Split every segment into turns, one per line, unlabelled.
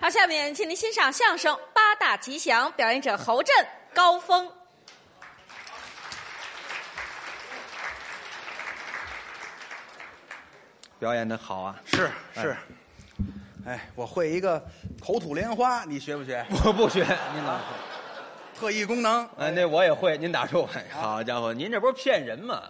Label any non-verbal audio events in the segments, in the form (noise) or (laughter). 好，下面请您欣赏相声《八大吉祥》，表演者侯震、高峰。
表演的好啊！ (laughs)
是是，哎，我会一个口吐莲花，你学不 (laughs) 学？
我不学，您拿。
特异功能，
哎，那我也会，您打住。
啊
哎好家伙，您这不是骗人吗？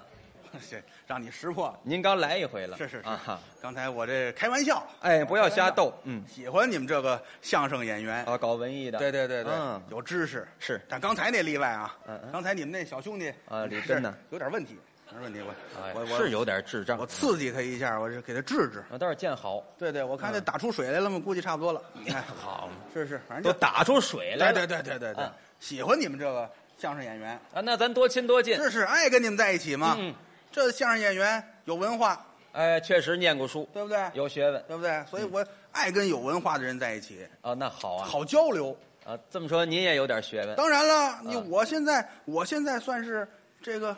是让你识破。
您刚来一回了。
是是是
啊哈，
刚才我这开玩笑，
哎，不要瞎逗。嗯，
喜欢你们这个相声演员。
啊，搞文艺的。
对对对对
嗯，
有知识
是
但刚才那例外啊
嗯嗯，
刚才你们那小兄弟
啊李
是
真呢
有点问题，有点问题，我
哎
我我
是有点智障。
我刺激他一下，我是给他治治。
啊，倒是见好，
对对，我看这打出水来了吗？估计差不多 (laughs) 了。你看，
好，
哎是是，反正
都
就
打出水来
对
了。
对对对对对
啊，
喜欢你们这个相声演员，
啊，那咱多亲多近。
是是爱跟你们在一起嘛。
嗯，
这相声演员有文化，
哎，确实念过书，
对不对？
有学问。
对不对？所以我爱跟有文化的人在一起，
啊，那好啊。
好交流。
啊，这么说您也有点学问。
当然了，你
嗯
我现在我现在算是这个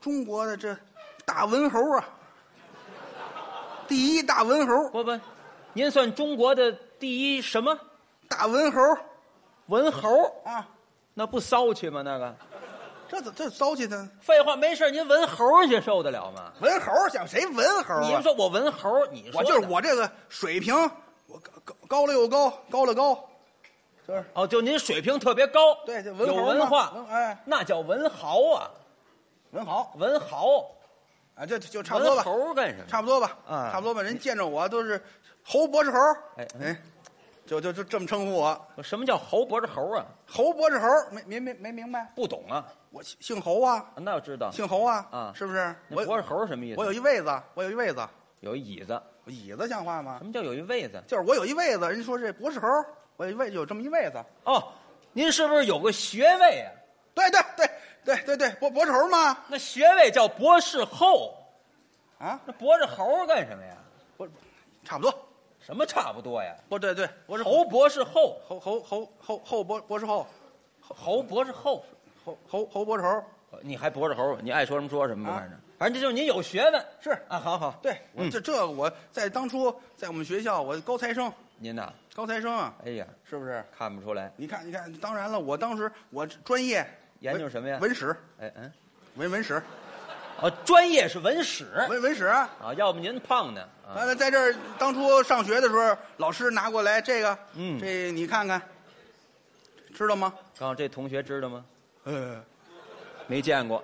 中国的这大文猴啊，第一大文猴，
不不，您算中国的第一什么
大文猴
文猴？
啊，
那不骚气吗？那个
这怎这骚气呢？
废话，没事儿您文猴去受得了吗？
文猴想谁文猴
你
啊
们？说我文猴，你说
我
的
就是我这个水平，我高高高了又高，高了高，就是
哦，就您水平特别高，
对这文
有
豪嘛
文化
文，哎，
那叫文豪啊，
文豪
文豪，
啊，这就差不多
文
吧，
猴干什么？
差不多吧，
啊
差不多吧。人见着我都是侯博士猴，
哎
哎，就就就这么称呼我，
什么叫猴脖子猴啊？
侯博士猴，没没没没明白？
不懂啊，
我姓姓侯啊，
那我知道。
姓侯啊，
啊
是不是？
那脖
我
子猴什么意思？
我有一位子，我有一位子，
有一椅子，
椅子像话吗
什？么叫有一位子？
就是我有一位子，人家说这博士猴，我有一位有这么一位子，
哦，您是不是有个学位啊？
对对对对对对，博博士猴嘛，
那学位叫博士后，
啊，
那脖子猴干什么呀？
不，差不多，
什么差不多呀？
不对对，博士猴
猴博士后，
侯侯侯侯侯博博士后，
猴博士后，
侯侯侯博士猴，
你还博士猴？你爱说什么说什么吧，
啊
反正反正这就是您有学问
是
啊，好好，
对，我
嗯
这这个我在当初在我们学校，我高材生，
您呐，
高材生啊，
哎呀，
是不是？
看不出来，
你看，你看，当然了，我当时我专业
研究
文
什么呀
文史，
哎嗯，
文文史，
哦，专业是文史
文文史啊。
啊，要不您胖呢啊，
完了，在这儿当初上学的时候，老师拿过来这个，
嗯
这你看看，知道吗？
刚好这同学知道吗？
呃，
没见过，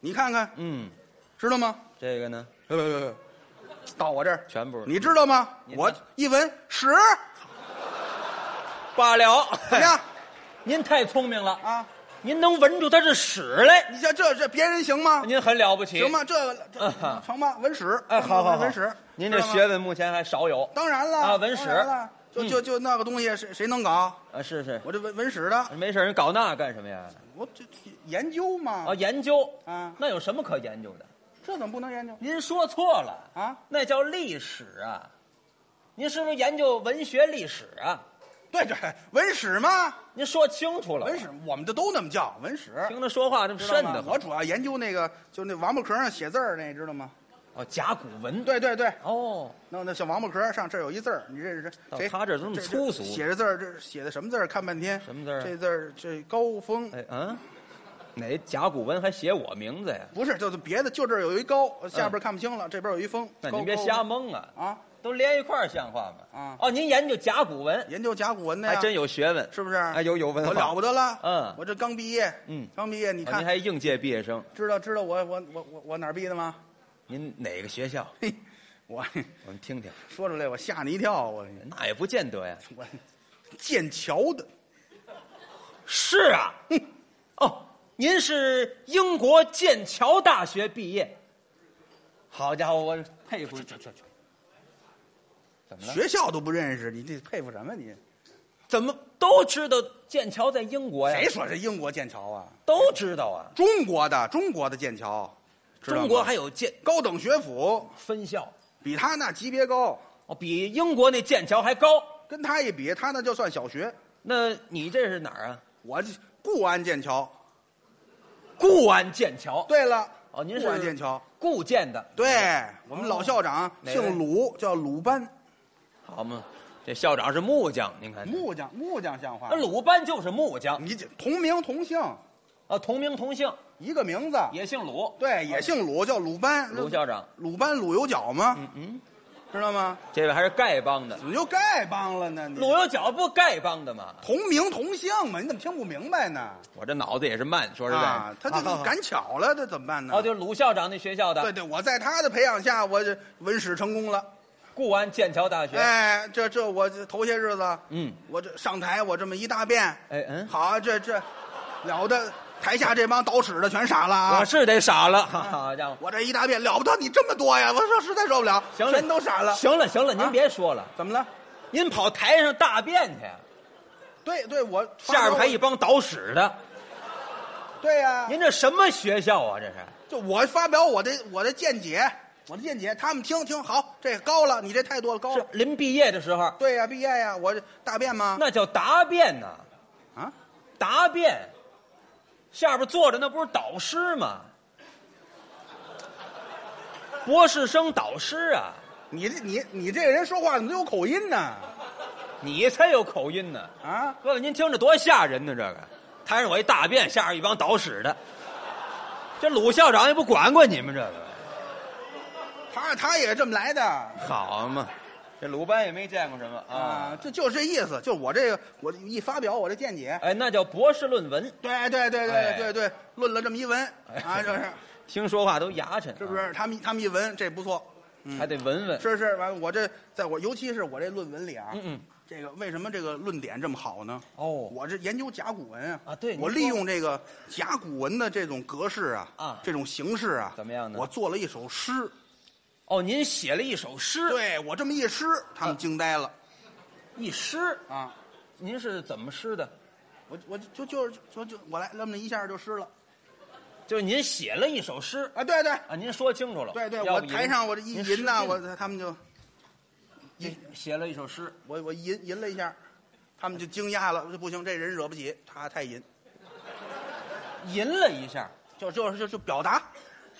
你看看，
嗯，
知道吗？
这个呢，
呃，到我这儿，
全部
你知道吗？
您呢
我一闻屎，
罢了，
怎么样
(laughs) 您太聪明了，
啊？
您能闻出它是屎来，
你这这这别人行吗？
您很了不起，
行？吧，这个这
嗯哈
成吧，文史，
哎，好好好，
文史，
您这
知道吗
学问目前还少有
当然了
啊文史
当然了就
嗯
就就那个东西谁谁能搞？
啊，是是，
我这文文史的，
没事儿，人搞那干什么呀？
我这研究嘛
啊，，研究
啊
那有什么可研究的？
这怎么不能研究
您说错了，
啊？
那叫历史啊！您是不是研究文学历史啊？
对对，文史嘛，
您说清楚了。
文史我们这都那么叫文史，
听他说话这么
知道
瘆
吗
得
我
慌
主要研究那个，就那王八壳上写字儿那，知道吗？
哦，甲骨文
对对对，
哦，
那那小王八壳上这儿有一字儿，你认识
到
谁？
哦他这儿这么粗俗
写着字儿，这写的什么字儿？看半天，
什么字儿啊
这字儿这高峰，
哎嗯，哪甲骨文还写我名字呀？
不是，就是别的，就这儿有一高，下边看不清了，这边有一峰。
嗯那
高
您别
高
瞎蒙啊，
啊！
都连一块儿像话吗？
啊
哦，您研究甲骨文，
研究甲骨文的呀，
还真有学问，
是不是？
哎，有有文化，
我了不得了，
嗯
我这刚毕业，
嗯
刚毕业，你
啊
看
您，还应届毕业生，
知道知道我我我我我哪儿毕的吗？ (laughs)
您哪个学校？
嘿，我
我们听听，
说出来我吓你一跳，啊我
那也不见得呀。
我剑桥的，
是啊，哦，您是英国剑桥大学毕业。好家伙，我佩服你！怎么了？
学校都不认识，你这佩服什么你？
怎么都知道剑桥在英国哎呀？
谁说是英国剑桥啊？
都知道啊？
中国的中国的剑桥，知道吗
中国还有剑
高等学府，
分校，
比他那级别高，
哦，比英国那剑桥还高。
跟他一比，他那就算小学。
那你这是哪儿啊？
我这固安剑桥。
固安剑桥。
对了，
哦，您
固安
是
剑桥。
固建的。
对我们老校长
哪位
姓鲁，叫鲁班，
好嘛，这校长是木匠，您看
木匠，木匠像话
那嗯
吗？
鲁班就是木匠
你这同名同姓，
啊，同名同姓，
一个名字，
也姓鲁。
对，也姓鲁，叫鲁班。
鲁校长，
鲁班鲁有脚吗？
嗯嗯，
知道吗？
这位还是丐帮的
怎，么就丐帮了呢？你
鲁有脚不丐帮的吗？
同名同姓嘛，你怎么听不明白呢？
我这脑子也是慢，说实在的，
啊，他这
好好
个
好
赶巧了，这怎么办呢？
哦，就是鲁校长那学校
对
的，
对，我在他的培养下，我这文史成功了。
固安剑桥大学。
哎，这这我这头些日子，
嗯，
我这上台我这么一大变，
哎嗯，
好啊，这这了得，台下这帮倒屎的全傻了
我
啊！
是得傻了，好家伙！
我这一大变了不得，你这么多呀！我说实在受不了，
行了，
全都傻了。
行了，行了，您
啊
别说了，
怎么了？
您跑台上大便去，啊
对对，我
下边还一
一
帮倒屎的，
对呀、
您这什么学校啊？这是
就我发表我的我的见解，我的见解，他们听听好，这高了，你这太多了，高了
是。临毕业的时候，
对呀、毕业呀、我这大便吗？
那叫答辩呐，
啊，
答辩，下边坐着那不是导师吗？博士生导师啊，
你这你你这个人说话怎么都有口音呢？
你才有口音呢。
啊，
哥哥，您听着多吓人呢！这个，台上我一大便，下边一帮倒屎的，这鲁校长也不管管你们这个，
他他也这么来的
好嘛？这鲁班也没见过什么
啊，这就是这意思，就我这个我一发表我的见解，
哎，那叫博士论文，
对对对
哎
对对对，论了这么一文啊，这
(laughs)
是
听说话都牙碜，啊
是不？是？他们他们一闻这不错，嗯
还得闻闻。
是是，完我这在我尤其是我这论文里啊，
嗯嗯，
这个为什么这个论点这么好呢？
哦，
我这研究甲骨文啊，
啊对您说
我利用这个甲骨文的这种格式啊，
啊
这种形式啊，
怎么样呢
我做了一首诗，
哦，您写了一首诗，，
对我这么一诗，他
啊
们惊呆了
一诗，
啊！
您是怎么诗的？
我我就就是就就我来那么一下就湿了
就是您写了一首诗
啊！对对
啊，您说清楚了。
对对，
要
我
不
台
您
上我这一
您
吟呐，
失敬
我他们就
您写了一首诗，
我我吟吟了一下，他们就惊讶了，说不行，这人惹不起，他太淫，
吟了一下，
就就是就就表达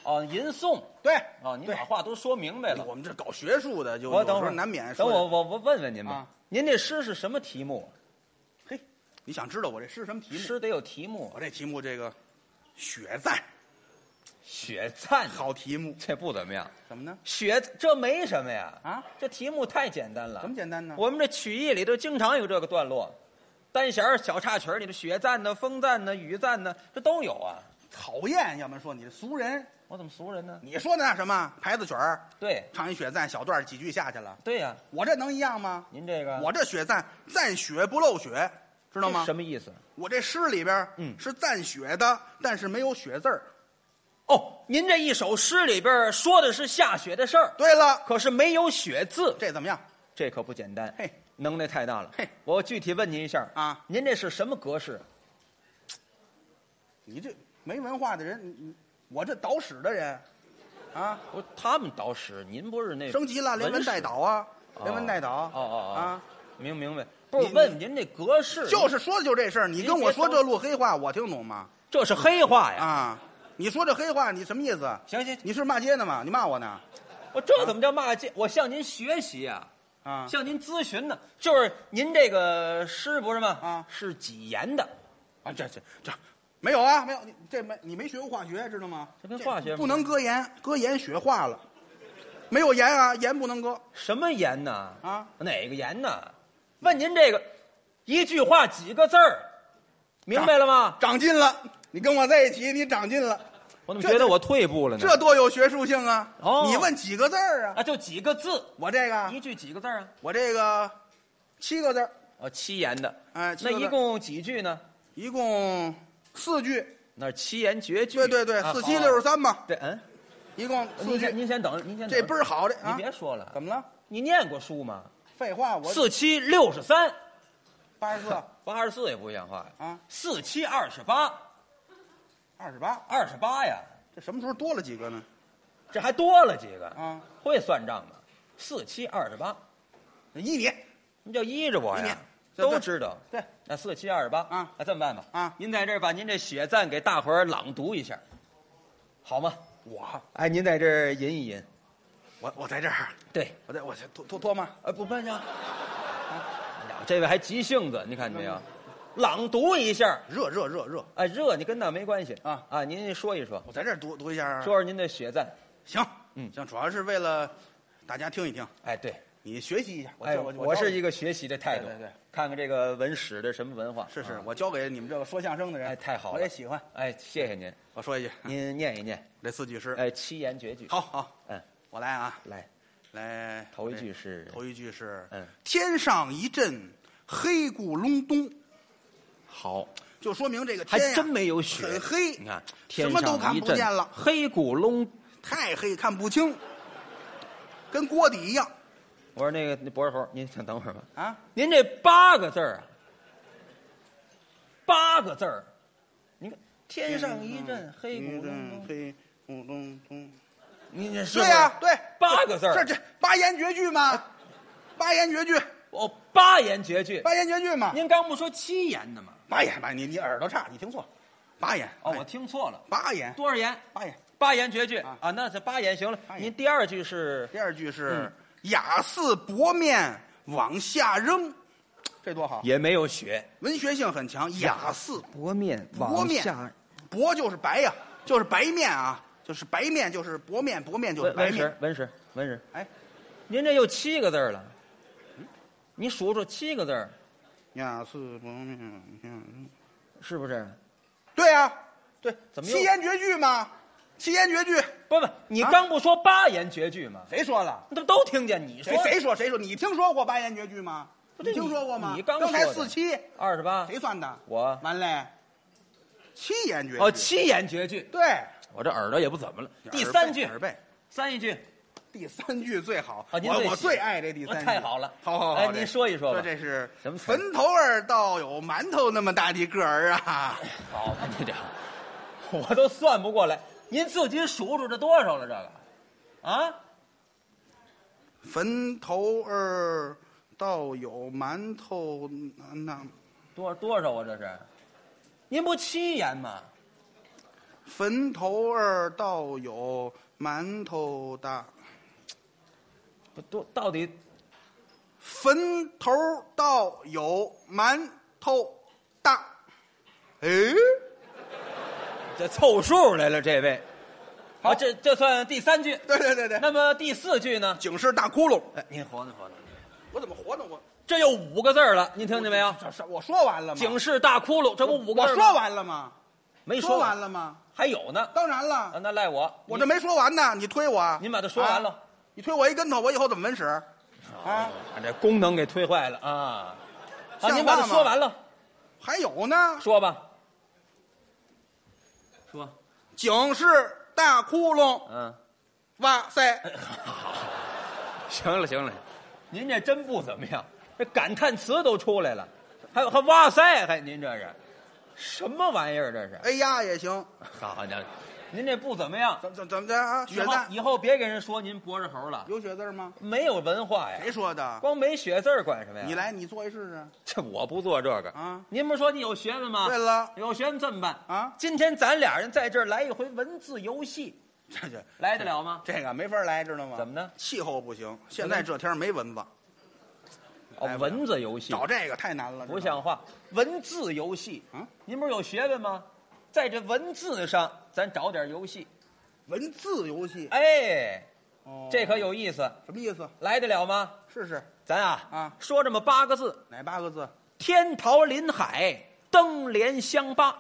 哦，吟诵，
对
哦，您
对
把话都说明白了。
(laughs) 我们这搞学术的就
我等
有时
会
候
儿
难免
等
说
我我我问问您吧，
啊
您这诗是什么题目？
嘿，你想知道我这诗什么题目？
诗得有题目啊
我，这题目这个血赞
雪赞，
好题目，
这不怎么样。
怎么呢？
雪这没什么呀，
啊，
这题目太简单了。
怎么简单呢？
我们这曲艺里头经常有这个段落，单弦儿小插曲儿里的雪赞呢、风赞呢、雨赞呢，这都有啊。
讨厌，要么说你俗人，
我怎么俗人呢？
你说那什么牌子曲儿，
对
唱一血赞小段儿几句下去了，
对呀、
我这能一样吗？
您这个
我这血赞赞血不漏血，知道吗
这？什么意思？
我这诗里边
嗯
是赞血的，但是没有血字儿。
哦，您这一首诗里边说的是下雪的事儿，
对了，
可是没有雪字，
这怎么样？
这可不简单。
嘿，
能耐太大了。
嘿，
我具体问您一下
啊
您这是什么格式？啊
你这没文化的人，你你我这倒屎的人，啊，
不是他们导师，您不是那
升级了，连文
嗯
带
史
倒啊，
哦
连文带倒。
哦哦哦
啊，，
明明白。不是
您
问您这格式，
就是说的就这事儿，你
您
跟我
别
说
动
这路黑话，我听懂吗？
这是黑话呀。
啊，你说这黑话，你什么意思？
行行，行
你是骂街呢吗？你骂我呢？
我这怎么叫骂街？我向您学习啊，
啊，
向您咨询呢。就是您这个诗不是吗？
啊
是几言的？ (laughs) 啊，这这这
没有啊，没有，你这没你没学过化学，知道吗？
这跟化学
不
没
能搁盐，搁盐学化了，没有盐啊，盐不能搁
什么言呢？
啊。
哪个言呢？问您这个，一句话几个字儿，明白了吗？
长进了，你跟我在一起，你长进了，
我怎
这
我退步了
这多有学术性啊！
哦
你问几个字儿啊？
啊，就几个字，
我这
一
个，
句几个字啊？
我这个七个字儿，
哦，七言的。
哎七
那
个字
一共几句呢？
一共四句。
那是七言绝句。
对对对，
啊
四七六十。
好
三嘛，
对，嗯，
一共四
您先
句。
您先等，您先等
这倍儿好，这
你
啊，
别说了，
怎么了？
你念过书吗？
废话，我
四七六十三，
八十四
八十四也不像话呀。
啊，
四七二十八，
二十八，
二十八呀，
这什么时候多了几个呢？
这还多了几个
啊，
会算账吗？四七二十八，
依你
你就依着我
依你
呀，
这
都
这
知道。
对，
那四七二十八
啊
那这么办吧
啊
您在这儿把您这血赞给大伙儿朗读一下，好吗？
我
哎，您在这儿吟一吟。
我我在这儿，
对，
我在我多多多吗？
哎，不慢着，这位还急性子，你看见没有？朗读一下，
热热热热，
哎，热你跟那没关系
啊
啊，您说一说，
我在这儿读读一下。
说说您的血赞。
行，
嗯
行，主要是为了大家听一听，
哎，对，
你学习一下。
哎，
我
我是一
个
个学习的态度，
对对对
看看这个文史的什么文化。
是是
啊，
我交给你们这个说相声的人。
哎，太好了，
我也喜欢。。
哎，谢谢您，
我说一句，
您念一念，
这四句诗。
哎，七言绝句。
好好，
嗯，
我来啊，
来，
来。哎
头一句是
头一句是，
嗯
天上一阵黑咕隆咚，
好，
就说明这个
还
天呀
真没有雪，
啊很黑。
你看，
什
天
么都
上
看
一
不见
阵
了，
黑咕隆。
太黑看不清，跟锅底一样
我说那个那博士猴，您等会儿吧。
啊。
您这八个字儿啊，八个字儿，你看天上一阵黑咕隆
嗯
咚，
黑咕隆咚。
您这是
对呀、
不是
对，
八个字儿，
这这八言绝句嘛，八言绝句，
哦，八言绝句。
八言绝句嘛。
您刚不说七言的吗？
八言八言，你你耳朵差，你听错，八言哎
哦，我听错了，
八言
多少言？
八言。
八言绝句
啊
啊，那这八言行了
八。言
您第二句是
第二句
嗯
是雅似薄面往下扔，这多好，
也没有雪，
文学性很强。雅似
薄面
薄面，薄就是白呀，就是白面啊，就是白面就是薄面，薄面就是
文
白
文
面
史。文史文史，
哎，
您这又七个字儿了，你数数七个字儿
雅似薄面往下扔，
是不是？
对呀、对，
怎么又
七言绝句嘛，七言绝句，
不不，你
啊
刚不说八言绝句吗？
谁说了？
那不都听见你说
谁谁说谁说？你听说过八言绝句吗？
不
你
对
听
你
说过吗？
你刚说
才
的
四七，
二十八？
谁算的？
我
完嘞，七言绝句。
哦，七言绝句，
对。
我这耳朵也不怎么了。第
耳背
三句，
耳背，
三一句，
第三句最好。
啊您最
我
喜哦
我最爱这第三句。
太好了
好好好。
哎
这
您说一说吧
这是
什么词
坟头儿倒有馒头那么大的个儿啊！
好嘛，你这，我都算不过来。您自己数数这多少了？这个，啊，
坟头儿倒有馒头那那，
多多少啊？这是，您不七言吗？
坟头儿倒有馒头大。
不多，到底
坟头倒有馒头大。哎，
这凑数来了？这位，好，这这算第三句。
对对对 (laughs) 对，
那么第四句呢？
警示大窟窿。
哎，您活动活动，
我怎么活呢？我
这又五个字儿了，您听见没有？
这是我说完了吗？
警示大窟窿，这不五个
我
字儿吗
说完了吗？
没
说
完
完，了吗？
还有呢。
当然
啊
了，
那赖我，
我这没说完呢，你推我啊。
您把它说完了
啊你推我一跟头，我以后怎么文史？啊，
把这功能给推坏了啊！好，
像
您把它
话吗
说完了，
还有呢，
说吧，说，
警示大窟窿。
嗯，
哇塞，
行了行了，您这真不怎么样，这感叹词都出来了，还还哇塞，还您这是什么玩意儿？这是，
哎呀也行，
好家伙，您这不怎么样，
怎怎怎么的啊？
以
血
后
字
以后别给人说您博士猴了，
有血字吗？
没有文化呀，
谁说的？
光没血字儿管什么呀？
你，来，你做一试试。
这我不做这个
啊
您不是说你有学问吗？
对了，
有学问这么办
啊
今天咱俩人在这儿来一回文字游戏，
这这
来得了吗？
这个没法来，知道吗？
怎么呢？
气候不行，现在这天儿没蚊子，
哦，文字游戏
找这个太难了。
不
知道
像
吗
话，文字游戏。
嗯，
您不是有学问吗？在这文字上，咱找点游戏。
文字游戏，
哎，
哦
这可有意思，
什么意思？
来得了吗？
试试
咱啊
啊
说这么八个字：
哪八个字？
天桃临海，灯莲相巴。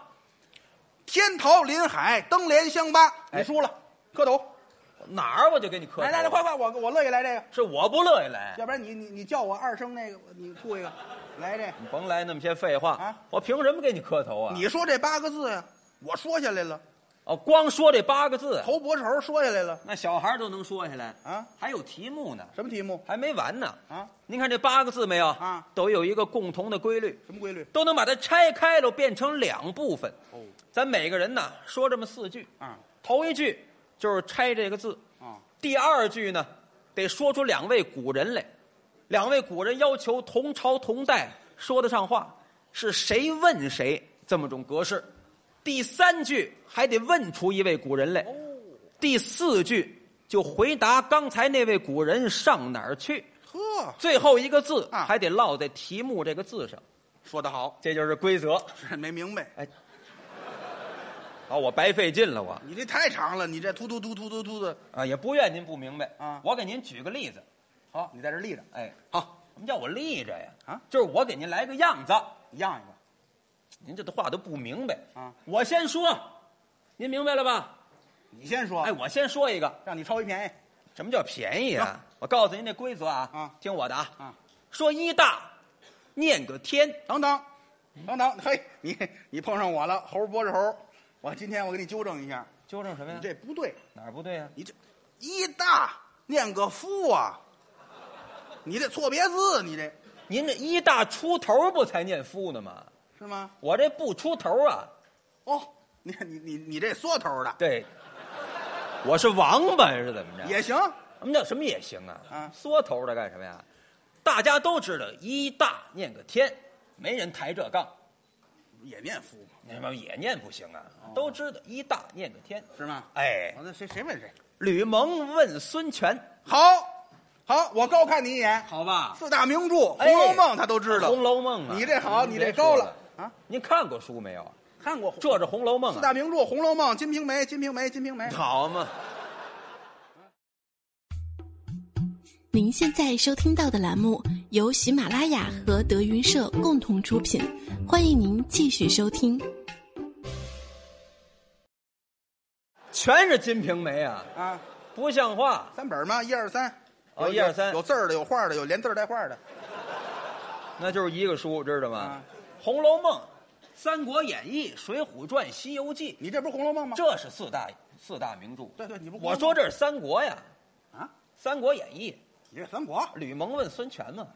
天桃临海，灯莲香巴。
哎
你输了，磕头。
哪儿我就给你磕头。啊
来来来，快！快，我我乐意来这个，
是我不乐意来，
要不然你你你叫我二声那个，你吐一个，来这个。
你甭来那么些废话
啊！
我凭什么给你磕头啊？
你说这八个字呀，我说下来了，
哦，光说这八个字，
头脖头说下来了
那小孩儿都能说下来
啊，
还有题目呢，
什么题目
还没完呢。
啊？
您看这八个字没有？
啊，
都有一个共同的规律，
什么规律？
都能把它拆开了变成两部分。
哦，
咱每个人呢说这么四句，
啊
头一句就是拆这个字，
啊，
第二句呢得说出两位古人来，两位古人要求同朝同代说得上话，是谁问谁这么种格式。哦第三句还得问出一位古人来，第四句就回答刚才那位古人上哪儿去，
呵，
最后一个字
啊
还得落在题目这个字上，
说得好， (laughs)
这就是规则。
是没明白。
啊，我白费劲了我
你这太长了，你这突突突突突突的，
啊，也不怨您不明白
啊
我给您举个例子，
好，你在这立着，
哎，
好，
什么叫我立着呀？
啊，
就是我给您来个样子，
你让一个
您这都话都不明白
啊。
我先说，您明白了吧？
你先说，
哎，我先说一个，
让你超一便宜
什么叫便宜啊？我告诉您这规则啊，
啊
听我的啊，
啊！
说一大，念个天，
等等，等等，嘿，你你碰上我了，猴儿不是猴儿，我今天我给你纠正一下，
纠正什么
你
呀？
这不对，
哪儿不对啊呀、
你这一大念个夫啊，你这错别字，你这
您这一大出头不才念夫呢吗？
是吗？
我这不出头啊，
哦，你你你你这缩头的
对，我是王八是怎么着？
也行，
什么叫什么也行啊？
啊
缩头的干什么呀？大家都知道一大念个天，没人抬这杠，
也念夫嘛，
那么也念不行啊。
哦
都知道一大念个天，
是吗？
哎
好，，那谁谁问谁？
吕蒙问孙权，
好，好，我高看你一眼。
好吧？
四大名著《
哎
红楼梦》他都知道，
红楼梦》啊，
你这好，你
您
这
别
高
说
了啊！
您看过书没有？
看过
这是《红楼梦
四》大
啊，
名著《红楼梦》《金瓶梅》《金瓶梅》《金瓶梅》。
好嘛。
您现在收听到的栏目由喜马拉雅和德云社共同出品，欢迎您继续收听。
全是《金瓶梅》啊，
啊，
不像话！
三本嘛，一二三，
哦
有
一二三
有字儿的，有画的，有连字儿带画的。
那就是一个书，知道吗？
啊
红楼梦》《三国演义》《水浒传》《西游记
你这不是《红楼梦》》，吗？
这是四大四大名著。
对对，你不是
我说这是三国呀，
啊，
《三国演义
你这三国》，，
吕蒙问孙权嘛。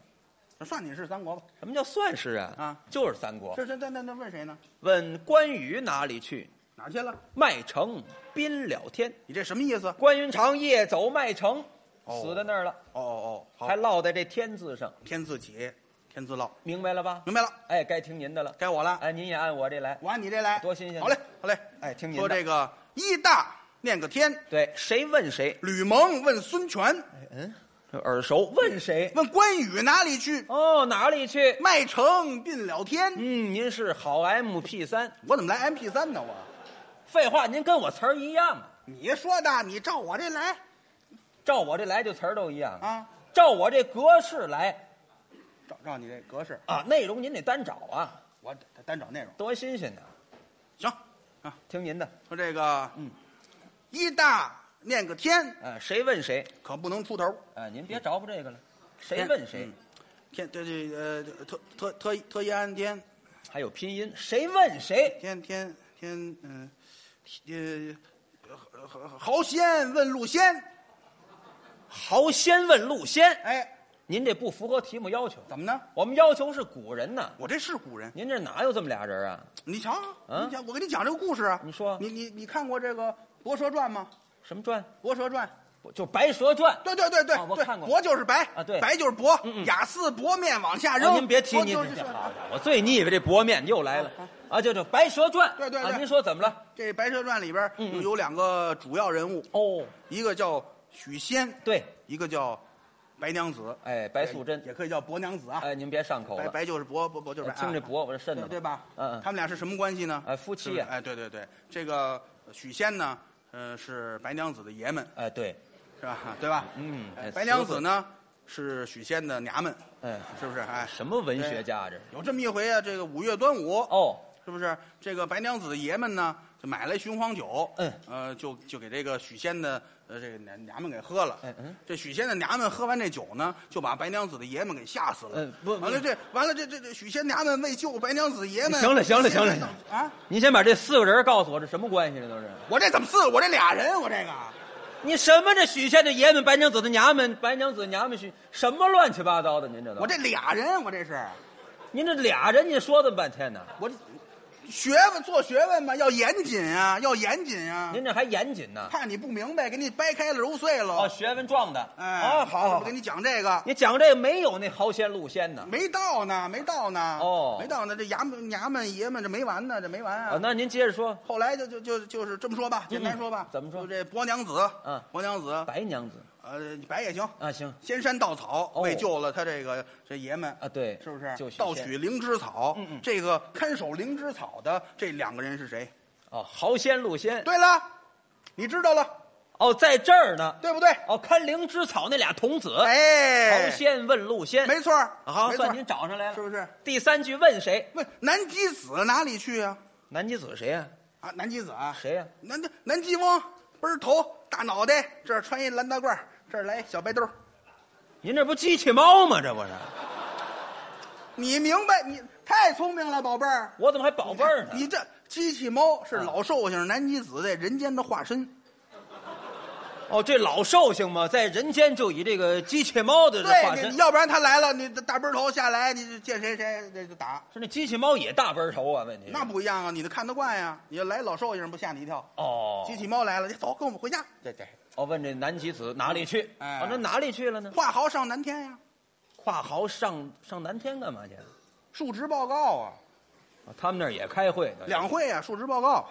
算你是三国吧？
什么叫算是啊？
啊，
就是三国。
这这这那那问谁呢？
问关羽哪里去？
哪儿去了？
麦城宾了天。
你这什么意思？
关云长夜走麦城，
哦
死在那儿了，
哦哦哦，
还落在这天字上，
天自己，天自烙，
明白了吧？
明白了，
哎，该听您的了。
该我了。
哎，您也按我这来。
我按你这来，
多新鲜
好嘞，好嘞。
哎，听您的。
说这个一大念个天，
对，谁问谁？
吕蒙问孙权，
嗯，耳熟，问谁？
问关羽哪里去？
哦，哪里去？
麦城并了天。
嗯，您是好 MP 三。
我怎么来 MP 三呢？我
废话，您跟我词儿一样啊，
你说的，你照我这来
照我这来就词儿都一样，
啊，
照我这格式来
照照你这格式，
啊，内容您得单找啊，
我得单找内容。
多新鲜呐！
行，啊
听您的，
说这个，
嗯，
一大念个天，
啊，谁问谁？
可不能出头。
啊，您别着不这个了，谁问谁
嗯？天这这呃特特特特一安天
还有拼音，谁问谁？
天天天嗯呃呃豪豪仙问路仙，
豪仙问路仙，
哎，
您这不符合题目要求，
怎么呢？
我们要求是古人呐，
我这是古人，
您这哪有这么俩人啊？
你瞧，
嗯
你瞧，我给你讲这个故事啊。
你说
你你你看过这个《博蛇传》吗？
什么传？
《博蛇传》
不就《白蛇传》？
对对对对，
哦我
对
看过
薄就是白
啊对
白就是薄
嗯，嗯
雅似薄面往下
哦
扔。
您别提
薄
您
就
这
是哦
好家伙，我最腻歪这薄面又来了啊！就这《白蛇传》，
对对
啊，
对
您说怎么了？
这《白蛇传》里边
嗯嗯
有有两个主要人物，
哦，
一个叫许仙，
对，
一个叫白娘子，
哎，白素贞
也，也可以叫薄娘子啊。
哎，您别上口
白
了，哎
白就是薄，薄薄就是白啊。
听这薄我这
对
肾呢，
对吧？
嗯嗯
他们俩是什么关系呢？
哎，夫
是
妻
不是
呀，
哎，对对对，这个许仙呢，呃，是白娘子的爷们，
哎，对，
是吧？对吧？
嗯
哎
哎
白娘子呢是许仙的娘们，
哎，
是不是？哎，
什么文学家啊这是？
有这么一回啊，这个五月端午，
哦，
是不是？这个白娘子的爷们呢，就买了雄黄酒，
嗯
呃，就就给这个许仙的呃这个娘娘们给喝了。
哎嗯
这许仙的娘们喝完这酒呢，就把白娘子的爷们给吓死了。
嗯不不
完了这完了这这这许仙娘们为救白娘子爷们，
行了行了行了
心里头啊！
您先把这四个人告诉我，这什么关系？这都是
我这怎么四？我这俩人，啊我这个
你什么？这许仙的爷们，白娘子的娘们，白娘子娘们许什么乱七八糟的？您这都，
啊我这俩人，我这是
您这俩人，您说这么半天呢？
我这学问做学问嘛，要严谨啊，要严谨啊，
您这还严谨呢。
怕你不明白，给你掰开了揉碎了。
哦，学问撞的。
哎，
哦，好好
我
好
给，你讲这个，
你讲这个没有那豪仙路仙呢。
没到呢，没到呢，
哦
没到呢，这衙门衙门爷们这没完呢，这没完啊。
啊，那您接着说，
后来就就就就是这么说吧，简单说吧，
怎么说
就这伯娘子，
嗯
伯娘子，
白娘子
呃，白也行，
啊，行
仙山稻草
哦
为救了他这个这爷们
啊，对，
是不是
就？许
盗
仙
取灵芝草，
嗯嗯
这个看守灵芝草的这两个人是谁？
哦，豪仙路仙。
对了，你知道了，
哦，在这儿呢。
对不对？
哦，看灵芝草那俩童子，
哎
豪，呃仙问路仙，
没错儿，
好，
没错
算
儿，
您找上来了，
是不是？
第三句问谁？
问南极子哪里去啊？
南极子谁呀？
啊，南极子啊，
谁呀？
南南极翁倍儿头大脑袋，这儿穿一蓝大褂儿，这儿来小白兜儿。
您这不机器猫吗？这不
(laughs)
是？
你明白？你太聪明了，宝贝儿。
我怎么还宝贝儿呢？
你这机器猫是老寿星南极子在人间的化身，
哦，这老寿星嘛，在人间就以这个机器猫的这化
对，
身
你，要不然他来了，你大背头下来，你就见谁谁这就打，
是那机器猫也大奔头啊？问题是
那不一样啊，你得看得惯呀、你要来老寿星不吓你一跳？
哦，
机器猫来了，你走，跟我们回家。对对，
哦，问这南极子哪里去？
哎
哦，那哪里去了呢？
跨壕上南天呀、
跨壕上上南天干嘛去？啊
述职报告啊，
哦他们那儿也开会呢，
两会啊，述职报告。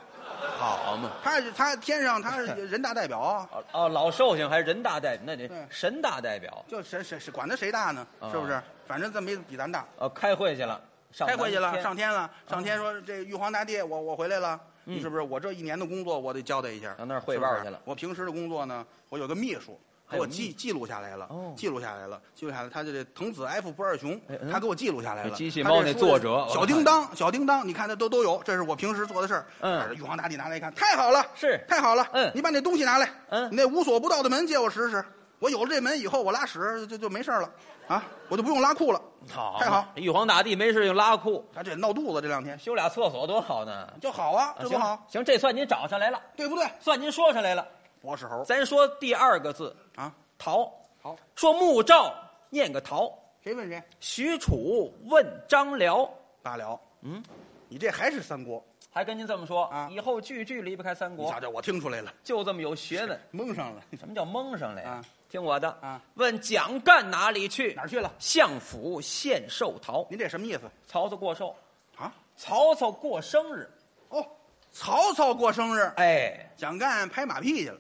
好嘛。
他是他天
(laughs)
上他是人大代表啊，
哦哦，老寿星还是人大代表，那
对
得神大代表。
就谁谁谁管他谁大呢？
啊
是不是？反正这没比咱大。
哦，开会去了，上
开会去
南
了，
天嗯
上天了，上天说这玉皇大帝，我我回来了，你是不是？我这一年的工作我得交代一下，
上嗯那儿汇报去了
是不是我平时的工作呢，我有个秘书。
还
给
有
我记记录下来了
哦，
记录下来了，记录下来。他这这藤子 F 不二雄
哎，嗯
他给我记录下来了。
这机器
他
猫
这
那
书
作
的
者我
小
看
叮
见
当，小叮当，你看这都都有，这是我平时做的事儿。
嗯
玉皇大帝拿来一看，太好了，
是
太好了。
嗯
你把那东西拿来，
嗯
你那无所不到的门借我使使。我有了这门以后，我拉屎就就没事儿了啊，我就不用拉裤了。
好，
太好。
玉皇大帝没事就拉裤，
他这闹肚子这两天
修俩厕所多好呢。
就好啊，
啊
这不好
行，行，这算您找上来了，
对不对？
算您说上来了。
博士猴
咱说第二个字
啊，
“陶
好，”，
说穆赵念个“陶
谁问谁？”，
许褚问张辽，
罢了，
嗯，
你这还是三国，
还跟您这么说
啊
以后句句离不开三
你
国
瞧，这我听出来了，
就这么有学问。
蒙上了，
什么叫蒙上来呀、
啊
听我的
啊！
问蒋干哪里去？
哪儿去了？
相府献寿桃，
(laughs) 您这什么意思
曹操过寿，
啊？
曹操过生日，
哦，曹操过生日，
哎，
蒋干拍马屁去了。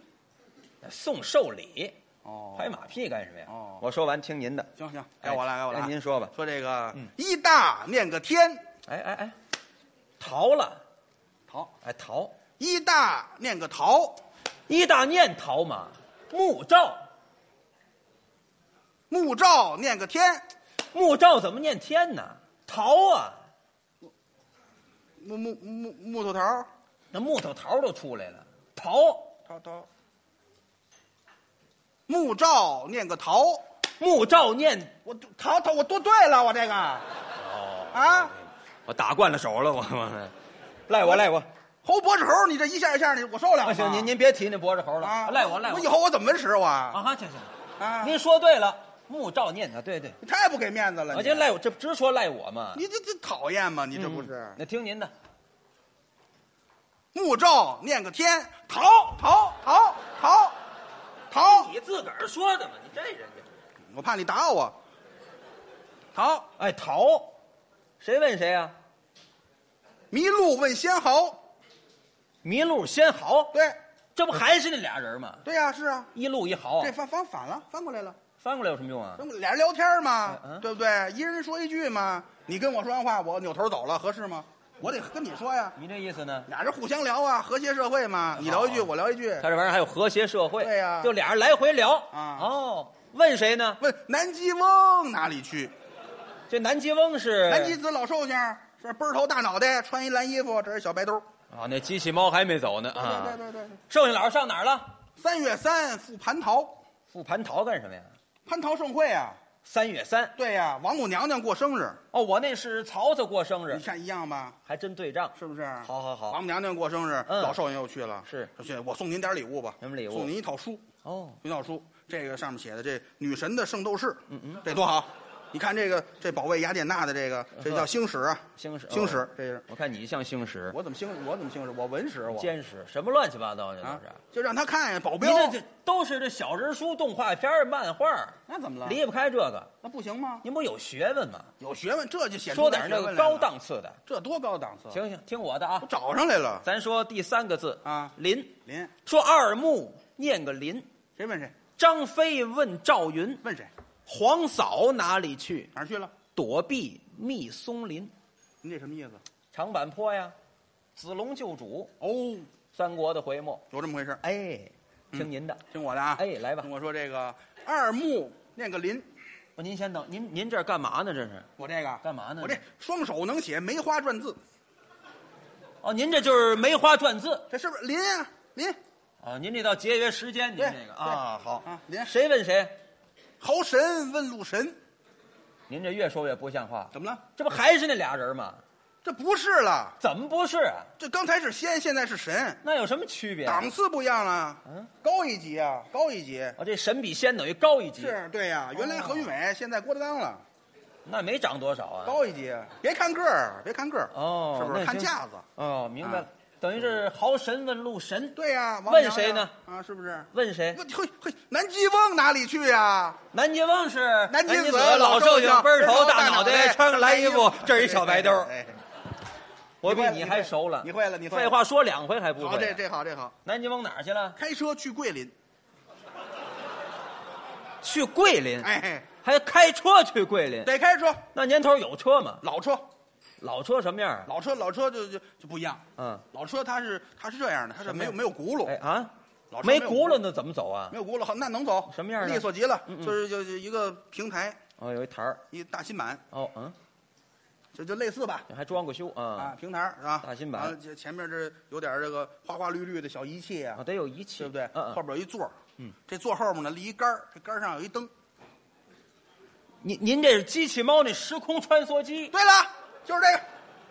送寿礼，
哦
拍马屁干什么呀？
哦
我说完，听您的。
行行，该我了，
哎
该我了啊。
哎您说吧
说这个
嗯
一大念个天，
哎哎哎，逃了，
逃
哎逃，
一大念个桃，
一大念逃嘛，穆赵，
木照念个天，
穆赵怎么念天呢？逃啊，
木木木木头桃，
那木头桃都出来了，逃，
桃桃。木照念个桃，
穆赵念，
我桃桃我多对了，我这个
哦，
啊。
我打惯了手了，我我，赖我赖我，
侯脖子猴，你这一下一下的，我受不了
啊
吗。
行，您您别提那脖子猴了，
啊，
赖我赖
我
我
以，后我怎么文史我啊？
啊行行，
啊
您说对了，穆赵念的，对对，
你太不给面子了，
我
你
就赖我，这不直说赖我嘛，
你这这讨厌吗？你这不
嗯
是
那听您的，
木照念个天，逃逃逃逃逃，
你自个儿说的嘛，你这人家。
我怕你打我。逃
哎，逃，谁问谁啊？
迷路问仙豪，
麋鹿先豪，
对
这不还是那俩人吗？
对呀、是啊，
一鹿一豪啊
这，翻翻反了，翻过来了，
翻过来有什么用啊
这？不俩人聊天嘛
嗯，嗯
对不对？一人说一句嘛，你跟我说完话，我扭头走了，合适吗？我得跟你说呀，
您这意思呢？
俩人互相聊啊，和谐社会嘛，你聊一句，我聊一句。
他这玩意儿还有和谐社会，
对呀
就俩人来回聊
啊
哦，问谁呢？
问南极翁哪里去？
这南极翁是
南极子老寿星是奔头大脑袋，穿一蓝衣服，这是小白兜。
啊，那机器猫还没走呢啊。
对对对对对。
寿星老师上哪儿了？
三月三赴蟠桃，
赴蟠桃干什么呀？
蟠桃盛会啊，
三月三
对呀、王母娘娘过生日，
哦，我那是曹操过生日
你，看一样吧，
还真对仗。
是不是？
好好好
王母娘娘过生日，
嗯
老寿星又去了，
是
说去，我送您点礼物吧，
什么礼物
送您一套书，
哦，
一套书，这个上面写的这女神的圣斗士，嗯嗯，这多好，你看这个这保卫雅典娜的这个，这叫星矢啊，
星矢，
星矢
哦
这是
我看你像星矢、
我怎么星我怎么星矢？我文史我
奸矢，什么乱七八糟的
啊
都是。，
就让他看呀，保
你
镖
这这都是这小人书、动画片、漫画，
那怎么了？
离不开这个。
那不行吗？
您不有学问吗？
有学问，这就显出
说点
咱
这
学
个
问来了嗯
高，档次的。
这多高档次！，
行行，听我的啊
我，找上来了。
咱说第三个字
啊
林。
您
说二木念个林，
谁问谁？
张飞问赵云，
问谁？
黄嫂哪里去？
哪儿去了？
躲避密松林。
您这什么意思？
长坂坡呀，子龙救主，
哦，
三国的回目。
有这么回事儿。
哎，听您的。
听我的啊，
哎来吧
听我说这个二木念个林，
哦您先等，您您这儿干嘛呢？这是
我这个
干嘛呢？
我这双手能写梅花篆字，
哦，您这就是梅花篆字
这是不是林啊？林，
啊！您这倒节约时间，您
对
这个啊，好
啊您
谁问谁？
豪神问路神，
您这越说越不像话，
怎么了？
这不还是那俩人吗？
这不是了，
怎么不是啊？
这刚才是仙，现在是神，
那有什么区别啊？
档次不一样了，
嗯，
高一级啊，高一级。
啊，这神比仙等于高一级，哦
是对呀、原来何云伟，现在郭德纲了，
那没长多少啊？
高一级。别看个儿，别看个儿，
哦，
是不
那
是？
行
看架子。
哦，明白了
啊，
等于是豪神问路神，
对呀、王
问
阳
谁
呀
呢？
啊，是不是？
问谁？
问嘿嘿，南极翁哪里去呀、
南极翁是
南极
极
子
老
老
寿
寿
星
星，
背儿头
背儿头
大
大
脑
脑
袋，
袋
穿个蓝衣服，这是一小白兜儿。
哎，
我比
会了
你
你
还
会
熟了，
你会了你会了
废话说两回还不会？
好，这这好这好。
南极翁哪儿去了？
开车去桂林，
去桂林，
哎，
还开车去桂林。
得开车，
那年头有车吗？
老车，
老车什么样啊？
老车，老车就就就不一样。
嗯，
老车它是它是这样的，它是
什么
没
呀
有没有轱辘，
哎啊，
老车
没
有
轱辘那怎么走啊？
没有轱辘，好，那能走
什么样的
利索极了，
嗯嗯
就是就是一个平台，
哦，有一台儿。
一大新板，
哦，嗯，
就就类似吧。
还装过修
啊
啊，，
平台是吧？
大新板
完了这前面这有点这个花花绿绿的小仪器啊
啊，，得有仪器，
对不对？
嗯
后
嗯。
边有一座，
嗯，
这座后面呢立一杆儿这杆儿上有一灯。
您您这是机器猫那时空穿梭机，
对了，就是这个。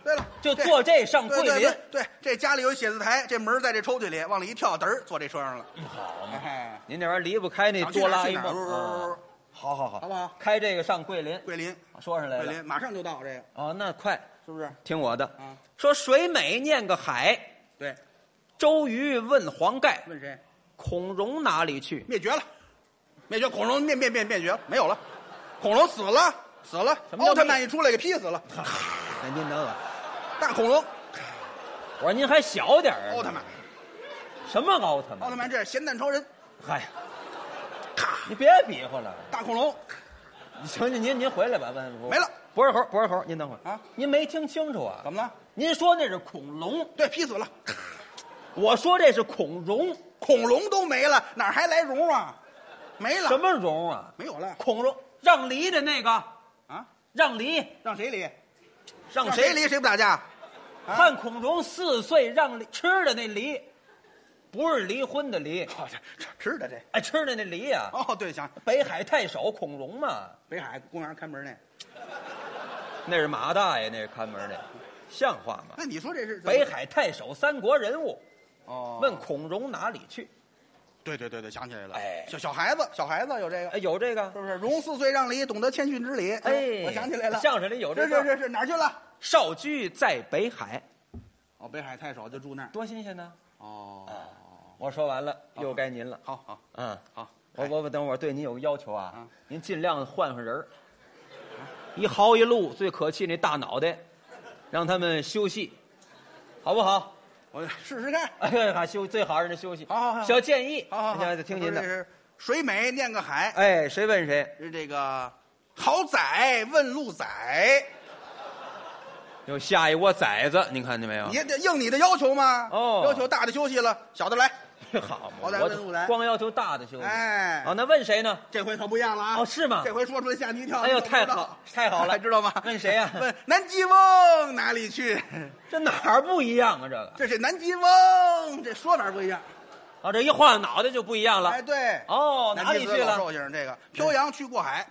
对了，
就
对
坐这上桂
对对
林
对，对，这家里有一写字台，这门儿在这抽屉里，往里一跳，嘚儿坐这车上了。
嗯好嘛，
哎，
您那玩意儿离不开那
想去
哆
哪
啦 A
儿去哪儿？
梦。啊好好好，
好不好
开这个上桂林，
桂林，
说上来
桂
了。
林马上就到，这个
哦，那快
是不是？
听我的
啊，
说水美念个海，
对，
周瑜问黄盖，
问谁？
孔融哪里去？
灭绝了，灭绝恐龙灭灭灭灭绝了，没有了，恐龙死了死了，
什么叫
奥特曼一出来给劈死了，
哎，您等等，
大恐龙
我说您还小点儿啊。
奥特曼，
什么奥特曼？
奥特曼这是咸蛋超人，
嗨，
咔，
哎你别比划了。
大恐龙
你行行，您您回来吧，问
没了。
不是猴，不是猴，您等会儿
啊，
您没听清楚啊？
怎么了？
您说那是恐龙，
对劈死了，
我说这是孔融，
恐龙都没了，哪还来蓉啊？没了，
什么融啊？
没有了
孔融让梨的那个，
啊？
让梨，
让谁理？
让
让谁理谁不打架？啊
看孔融四岁让梨吃的那梨，不是离婚的离，
哦，这这吃的这。
哎，吃的那梨呀、
哦，对，想
北海太守孔融嘛，
北海公园看门那。
那是马大爷，那是看门的，像话吗？
那你说这是
嗯北？海太守，三国人物，
哦，
问孔融哪里去？
对对对对，想起来了。
哎
小小孩子，小孩子有这个，
哎，有这个
是，不是？荣四岁让梨，懂得谦逊之礼。
哎
我想起来了，
相声里有这
是
段
是是是，哪儿去了？
少居在北海，
哦，北海太守就住那儿。
多新鲜呢！哎哦
哦，
我说完了，又该您了。
好好
嗯，
好，哎
我我我等会儿对您有个要求啊
啊，
您尽量换换人儿，
嗯
一豪一鹿最可气那大脑袋，让他们休息，好不好？
我试试看。
哎，还休最好让人休息。
好好好
小建议，
好好好，
现在听您
这
的。
是水美念个海，
哎，谁问谁？
是这个好仔问路仔，
又下一窝崽子，您看见没有？
你这应你的要求吗？
啊哦
要求大的休息了，小的来。
(laughs) 好嘛，
好歹
我
问路来
光要求大的休息。
哎
啊，那问谁呢？
这回可不一样了啊！
哦是吗
这回说出来吓你一跳。
哎呦，
你可
太
不知道
好太好了，
(laughs) 知道吗？
问谁呀？
问南极翁哪里去？
这哪儿不一样啊？这个
这是南极翁，这说法不一样。
啊，这一晃脑袋就不一样了
哎，。对，
哦，哪
南
里
极
去
子老
了？
寿星这个漂洋去过海，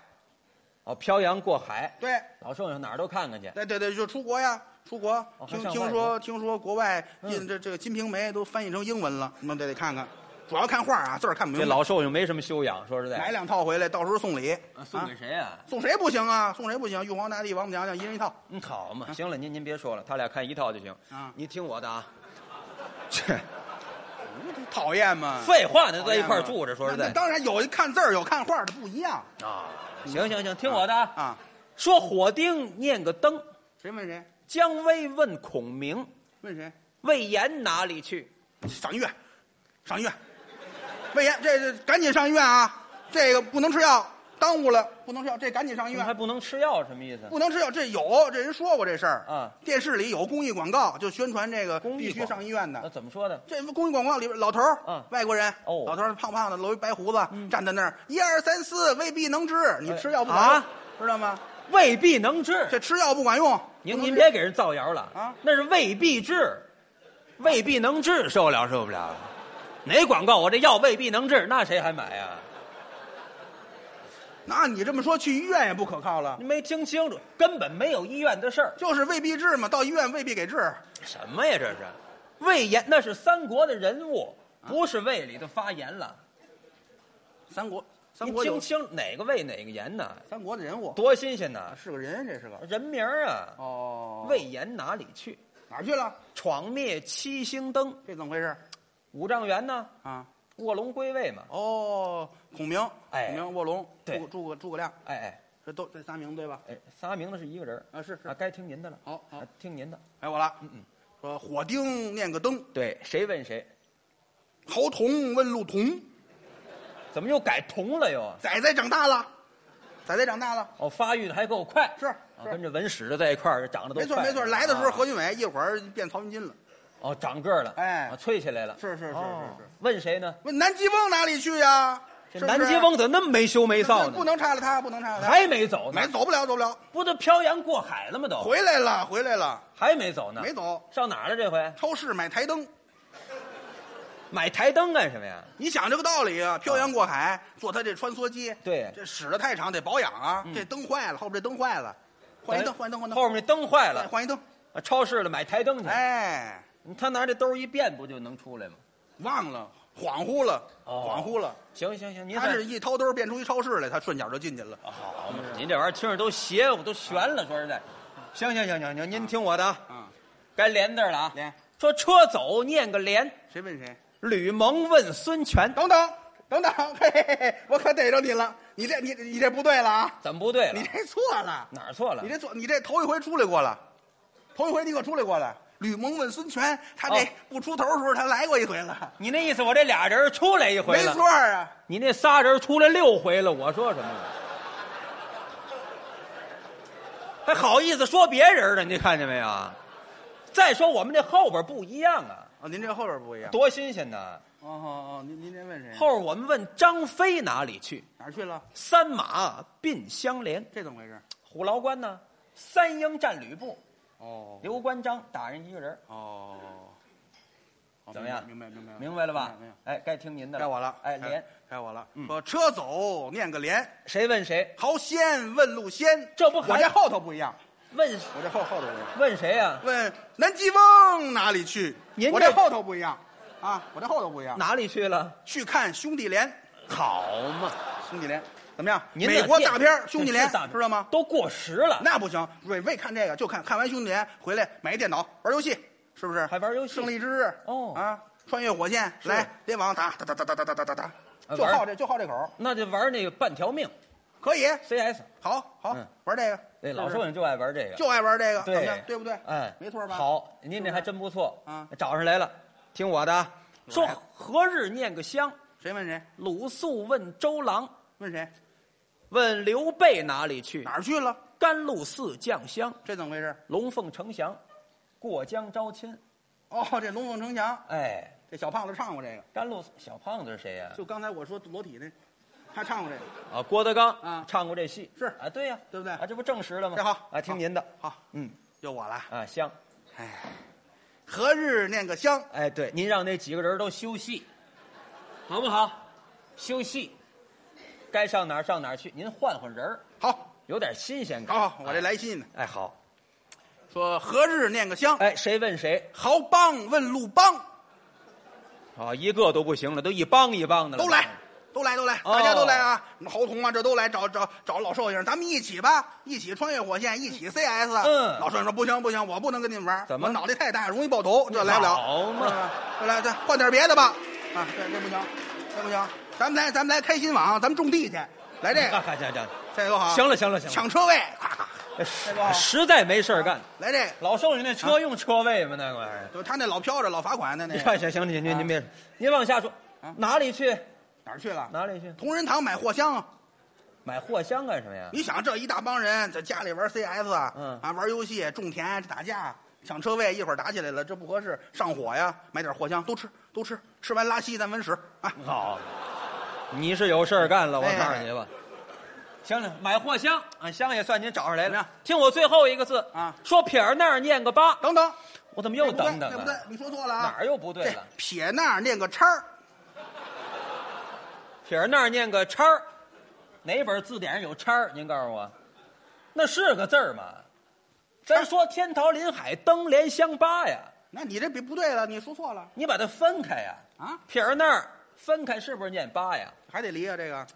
哦，漂洋过海，
对，
老寿星哪儿都看看去。
对对对，就出国呀，出国。
哦还
听
上外
听
国
说听说国外
嗯
印这这个《金瓶梅》都翻译成英文了，那们得得看看。主要看画啊，字儿看不
这
明白。
老寿星没什么修养，说实在，
买两套回来，到时候送礼
啊。送给
啊
谁呀、
送谁不行啊？送谁不行？玉皇大帝、王母娘娘一人
(laughs)
一套。
嗯，好嘛，行了，您您别说了，他俩看一套就行。
啊
你听我的啊。切，
讨厌嘛！
废话，那在一块儿住着，说实在
那啊那当然有看字儿，有看画的不一样
啊。行行行，听我的啊。
啊。
说火丁念个灯，
谁问谁？
姜维问孔明，
问谁？
魏延哪里去？
上医院，上医院。魏延，这这赶紧上医院啊！这个不能吃药，耽误了，不能吃药，这赶紧上医
嗯你还
院。
不能吃药，什么意思？
不能吃药，这有这人说过这事儿
啊。
电视里有公益广告，就宣传这个
公益
必须
广告
上医院的
那。怎么说的？
这公益广告里边，老头儿，
嗯
外国人，
哦嗯
老头儿胖胖的，留一白胡子，站在那儿，一二三四，未必能治，你吃药不管用
啊，
知道吗？
未必能治。
这吃药不管用，
您
不能
您
吃
别给人造谣了
啊
那是未必治，未必能治，受不了受不了。哪广告我这药未必能治，那谁还买啊呀？
那你这么说，去医院也不可靠了
你，没听清楚，根本没有医院的事儿。
就是未必治嘛，到医院未必给治。
什么呀这是？魏延那是三国的人物，
啊
不是魏里的发言了。
三国，三
你
国
听
有
清哪个魏哪个言呢？
三国的人物，
多新鲜呐！
是个人，这是个
人名儿啊，
哦
魏延哪里去？
哪儿去了？
闯灭七星灯，
这怎么回事
五丈原呢？
啊？
卧龙归位嘛。
哦，孔明，
哎
孔明、卧龙，
对
诸诸葛诸葛亮，
哎哎
这都这仨名对吧？
哎，仨名字是一个人儿
啊是是
啊，该听您的了。
好好
啊，听您的。
该我了。
嗯嗯，
说火丁念个灯，
对，谁问谁？
侯童问路童，
怎么又改同了又啊？
仔仔长大了，仔仔长大了，
哦，发育的还够快，
是
啊
是
跟这文史的在一块儿长得都
没错
快
没错。来的时候
啊
何俊伟，一会儿变曹云金了。
哦长个儿了，
哎
啊脆起来了，
是是是
哦
是是。
问谁呢？
问南极翁哪里去呀？
这
是不是啊
南极翁怎么那么没羞没臊呢？
不能差了他，不能差了他。
还没走呢，
没，走不了，走不了，
不都漂洋过海了吗？都
回来了，回来了，
还没走呢，
没走。
上哪儿了？这回
超市买台灯，
买台灯干什么呀？
你想这个道理啊，漂洋过海坐他这穿梭机，
对
这使得太长得保养啊，这灯坏了，后边这灯坏了，换一灯，
哎
换一灯，换一灯，
后面那灯坏
哎
了，
换一灯，
啊超市了买台灯去。
哎，
他拿这兜一变，不就能出来吗？
忘了，恍惚了，
哦
恍惚了，
行行行，您
他
再
是一掏兜变出一超市来，他顺脚就进去了，
好嘛，哦您这玩意儿听着都邪乎，都悬了。说实在，行行行行行，您听我的啊，
啊，
该连字儿了啊。
连
说车走念个连，
谁问谁？
吕蒙问孙权，
等等等 (laughs) 等，嘿嘿嘿嘿，我可逮着你了，你这你你这不对了嗯啊，
怎么不对了
你？这错了，
哪儿错了
你？这错，你这头一回出来过了，头一回你可出来过了。吕蒙问孙权，他这
哦
不出头的时候，他来过一回了。
你那意思，我这俩人出来一回
没
了，
错儿啊，
你那仨人出来六回了，我说什么了？还好意思说别人呢？你看见没有啊？再说我们这后边不一样啊，
啊，您这后边不一样。
多新鲜呐！
哦哦哦，您您先问谁
后边我们问张飞哪里去，
哪儿去了？
三马并相连。
这怎么回事？
虎牢关呢，三英战吕布，
哦
刘关张打人一个人，
哦，哦
怎么样？
明白明白
明白了吧
明白明白？
哎，该听您的了。
该我了，
哎，连
该我了。说车走念个连，
谁问谁？
豪先问路先。
这不还
我这后头不一样，
问
我这后后头不一样。
问谁啊？
问南极翁哪里去？
您
我
这
这后头不一样啊，我这后头不一样。
哪里去了？
去看兄弟连，
好嘛，
兄弟连怎么样？
您
美
那
国
电
大片儿《兄弟连
是大片》，
知道吗？
都过时了，
那不行，每为看这个就看看完《兄弟连》回来买一电脑玩游戏，是不是？
还玩游戏
胜利之日
哦
啊，穿越火线
是
来联网打打打打打打打打打
啊
就
玩
好这就好这口儿，
那就玩那个半条命
可以，
CS。
好好
嗯
玩这个，
对，
是不
老
是
寿星就爱玩这个，
就爱玩这个，怎么样
对
对不对？
哎，
没错吧？，
好，您这还真不错
啊
找上来了，听我的啊，说
来
何日念个香？
谁问谁？
鲁肃问周郎，
问谁？
问刘备哪里去
哪？儿去了？
甘露寺酱香，
这怎么回事？
龙凤呈祥，过江招亲。
哦，这龙凤呈祥，
哎，
这小胖子唱过这个，
甘露寺小胖子是谁呀、
就刚才我说裸体那，他唱过这个。
啊？郭德纲
啊
唱过这戏
是
啊，对呀、
对不对
啊，这不证实了吗？
这好
啊，听您的，
好，
嗯
又我了。
啊，香，
哎，何日念个香？
哎，对，您让那几个人都休息，好不好？休息，该上哪儿上哪儿去，您换换人儿，
好，
有点新鲜感。
好，我这来信呢。
哎好，
说何日念个香？哎
哎，谁问谁？
濠帮问路帮，
啊，一个都不行了，都一帮一帮的了。
都来，都来，都来，
哦
大家都来啊！侯童啊，这都来找找找老寿星，咱们一起吧，一起穿越火线，一起 CS。
嗯
老寿星说不行不行，我不能跟你们玩，
怎么
我脑袋太大，容易爆头，这来不了。
好嘛
啊，这来这换点别的吧。啊，这这不行，这不行，咱们来咱们来开心网，咱们种地去，来这
啊
个，
这这
这个多好。
行了行了行了
哎啊抢车哎啊位，咔咔，这多好
这，实在没事儿干。
来这个。
老寿星那车用车位吗？那个玩意儿。哎
就他那老飘着，老罚款的那个
行行行，您您
啊
您别，您往下说，哪里去？
哪儿去了？
哪里去？
同仁堂买货箱啊！
买货箱干什么呀？
你想这一大帮人在家里玩 CS 啊，
嗯
啊玩游戏、种田、打架、抢车位，一会儿打起来了，这不合适，上火呀，买点藿香，都吃都吃，吃完拉稀咱闻屎啊！
好，你是有事儿干了，我
哎
告诉你吧。行了，买货箱啊，箱也算您找上来
怎么样
了。听我最后一个字
啊
说撇儿那儿念个八，
等等，
我怎么又等等
这不对，这
啊
不？对你说错了啊！
哪儿又不对
这
了？
撇那儿念个叉儿，
撇儿那儿念个叉儿，哪本字典上有叉儿？您告诉我，那是个字儿吗？咱说天桃林海灯连香八呀，
那你这比不对了，你说错了
你把它分开呀。
啊，
撇儿那儿分开是不是念八呀？
还得离啊这个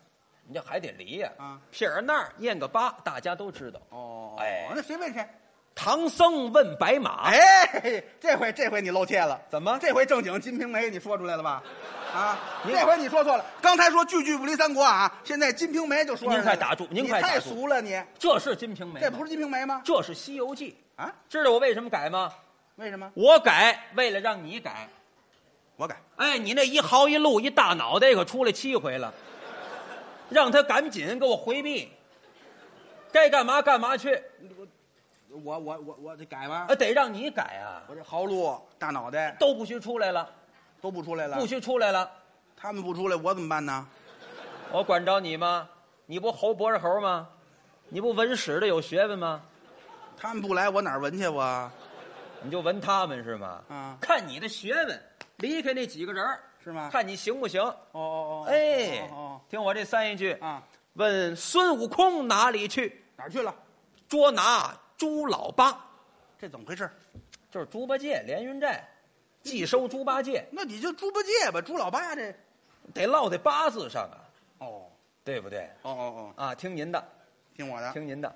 你这还得离呀。
啊
撇儿那儿念个八，大家都知道。
哦
哎啊
那谁问谁？
唐僧问白马，
哎，这回这回你露怯了，
怎么
这回正经《金瓶梅》你说出来了吧？啊，
您
这回你说错了，刚才说句句不离三国啊，现在《金瓶梅》就说出来了
您快打住您快
你太
打住
俗了你，
这是《金瓶梅》吗，
这不是《金瓶梅》吗？
这是《西游记
啊，》。
知道我为什么改吗？
为什么？
我改，为了让你改。
我改，
哎，你那一嚎一露一大脑袋可出来七回了，让他赶紧给我回避，该干嘛干嘛去，
啊我我我我得改吗？
啊，得让你改啊，
我这豪鹿大脑袋
都不许出来了，
都不出来了，
不许出来了，
他们不出来，我怎么办呢？
我管着你吗？你不猴脖子猴吗？你不闻屎的有学问吗？
他们不来，我哪儿闻去我？
你就闻他们是吗？
啊
看你的学问，离开那几个人儿
是吗
看你行不行？
啊哦哦哦，
哎
哦哦，
听我这三一句
哦，啊，
问孙悟空哪里去？
哪儿去了？
捉拿猪老八，
这怎么回事？
就是猪八戒连云寨，既收猪八戒，
那你就猪八戒吧，猪老八这，嗯
得落在八字上啊，
哦
对不对？
哦哦哦，
啊，听您的，
听我的。
听您的。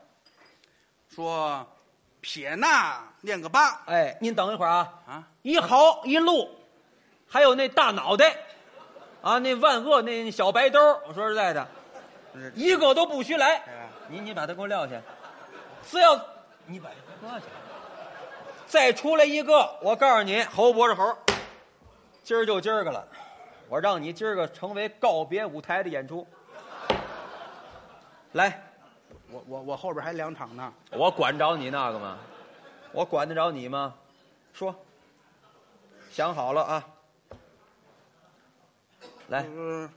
说撇捺念个八
哎，您等一会儿啊，
啊，
一豪一鹿，还有那大脑袋，啊，那万恶那小白兜儿，我说实在的，
是
一个都不许来
哎。
你你把他给我撂下，只要你把他给我撂下，再出来一个，我告诉你，猴脖子猴，今儿就今儿个了，我让你今儿个成为告别舞台的演出。来，
我我我后边还两场呢，
我管着你那个吗？我管得着你吗？说，想好了啊。来，
嗯，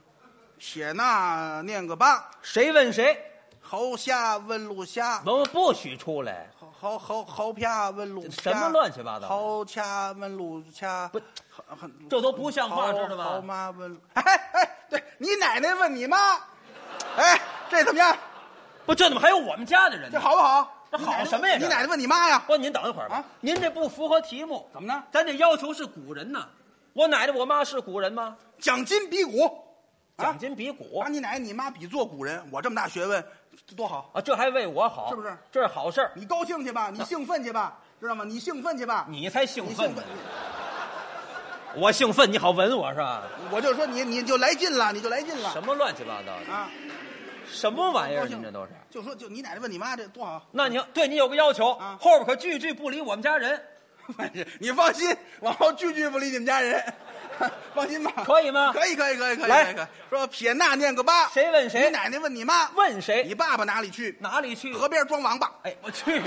撇捺念个八，
谁问谁？
猴虾问路虾，
我们不许出来。
猴猴猴猴啪问路
什么乱七八糟的
猴掐问路掐，
不
猴，猴
这都不像话
猴
知道吗
猴妈问路，哎哎，对你奶奶问你妈，哎，这怎么样？
不，这怎么还有我们家的人
这
呢？
好不好？
这好
你奶奶
什么呀这
你奶奶问你妈呀？
不，您等一会儿吧。
啊
您这不符合题目，
怎么呢？
咱这要求是古人呐。我奶奶我妈是古人吗？
讲筋比骨，啊
讲筋比骨
把你奶奶你妈比作古人，我这么大学问，这多好。
啊，这还为我好，
是不是？啊
这是好事儿，
你高兴去吧，你兴奋去吧，知道吗？你兴奋去吧，
你才兴
你
奋
兴
呢
奋。，
我兴奋，你好吻我是吧？
我就说你你就来劲了，你就来劲了。
什么乱七八糟的，
啊？
什么玩意
高
儿？
兴
您这都是。
就说就你奶奶问你妈这多
(laughs)
好，
那您对你有个要求，
啊
后边可句句不离我们家人，
你放心，往后句句不理你们家人，放心吧。
可以吗
可以可以可以可以。
来
可以可以说撇捺念个八，
谁问
你
谁？
奶奶问你妈，
问谁？
你爸爸哪里去？
哪里去？
河边装王八。
哎，我去你！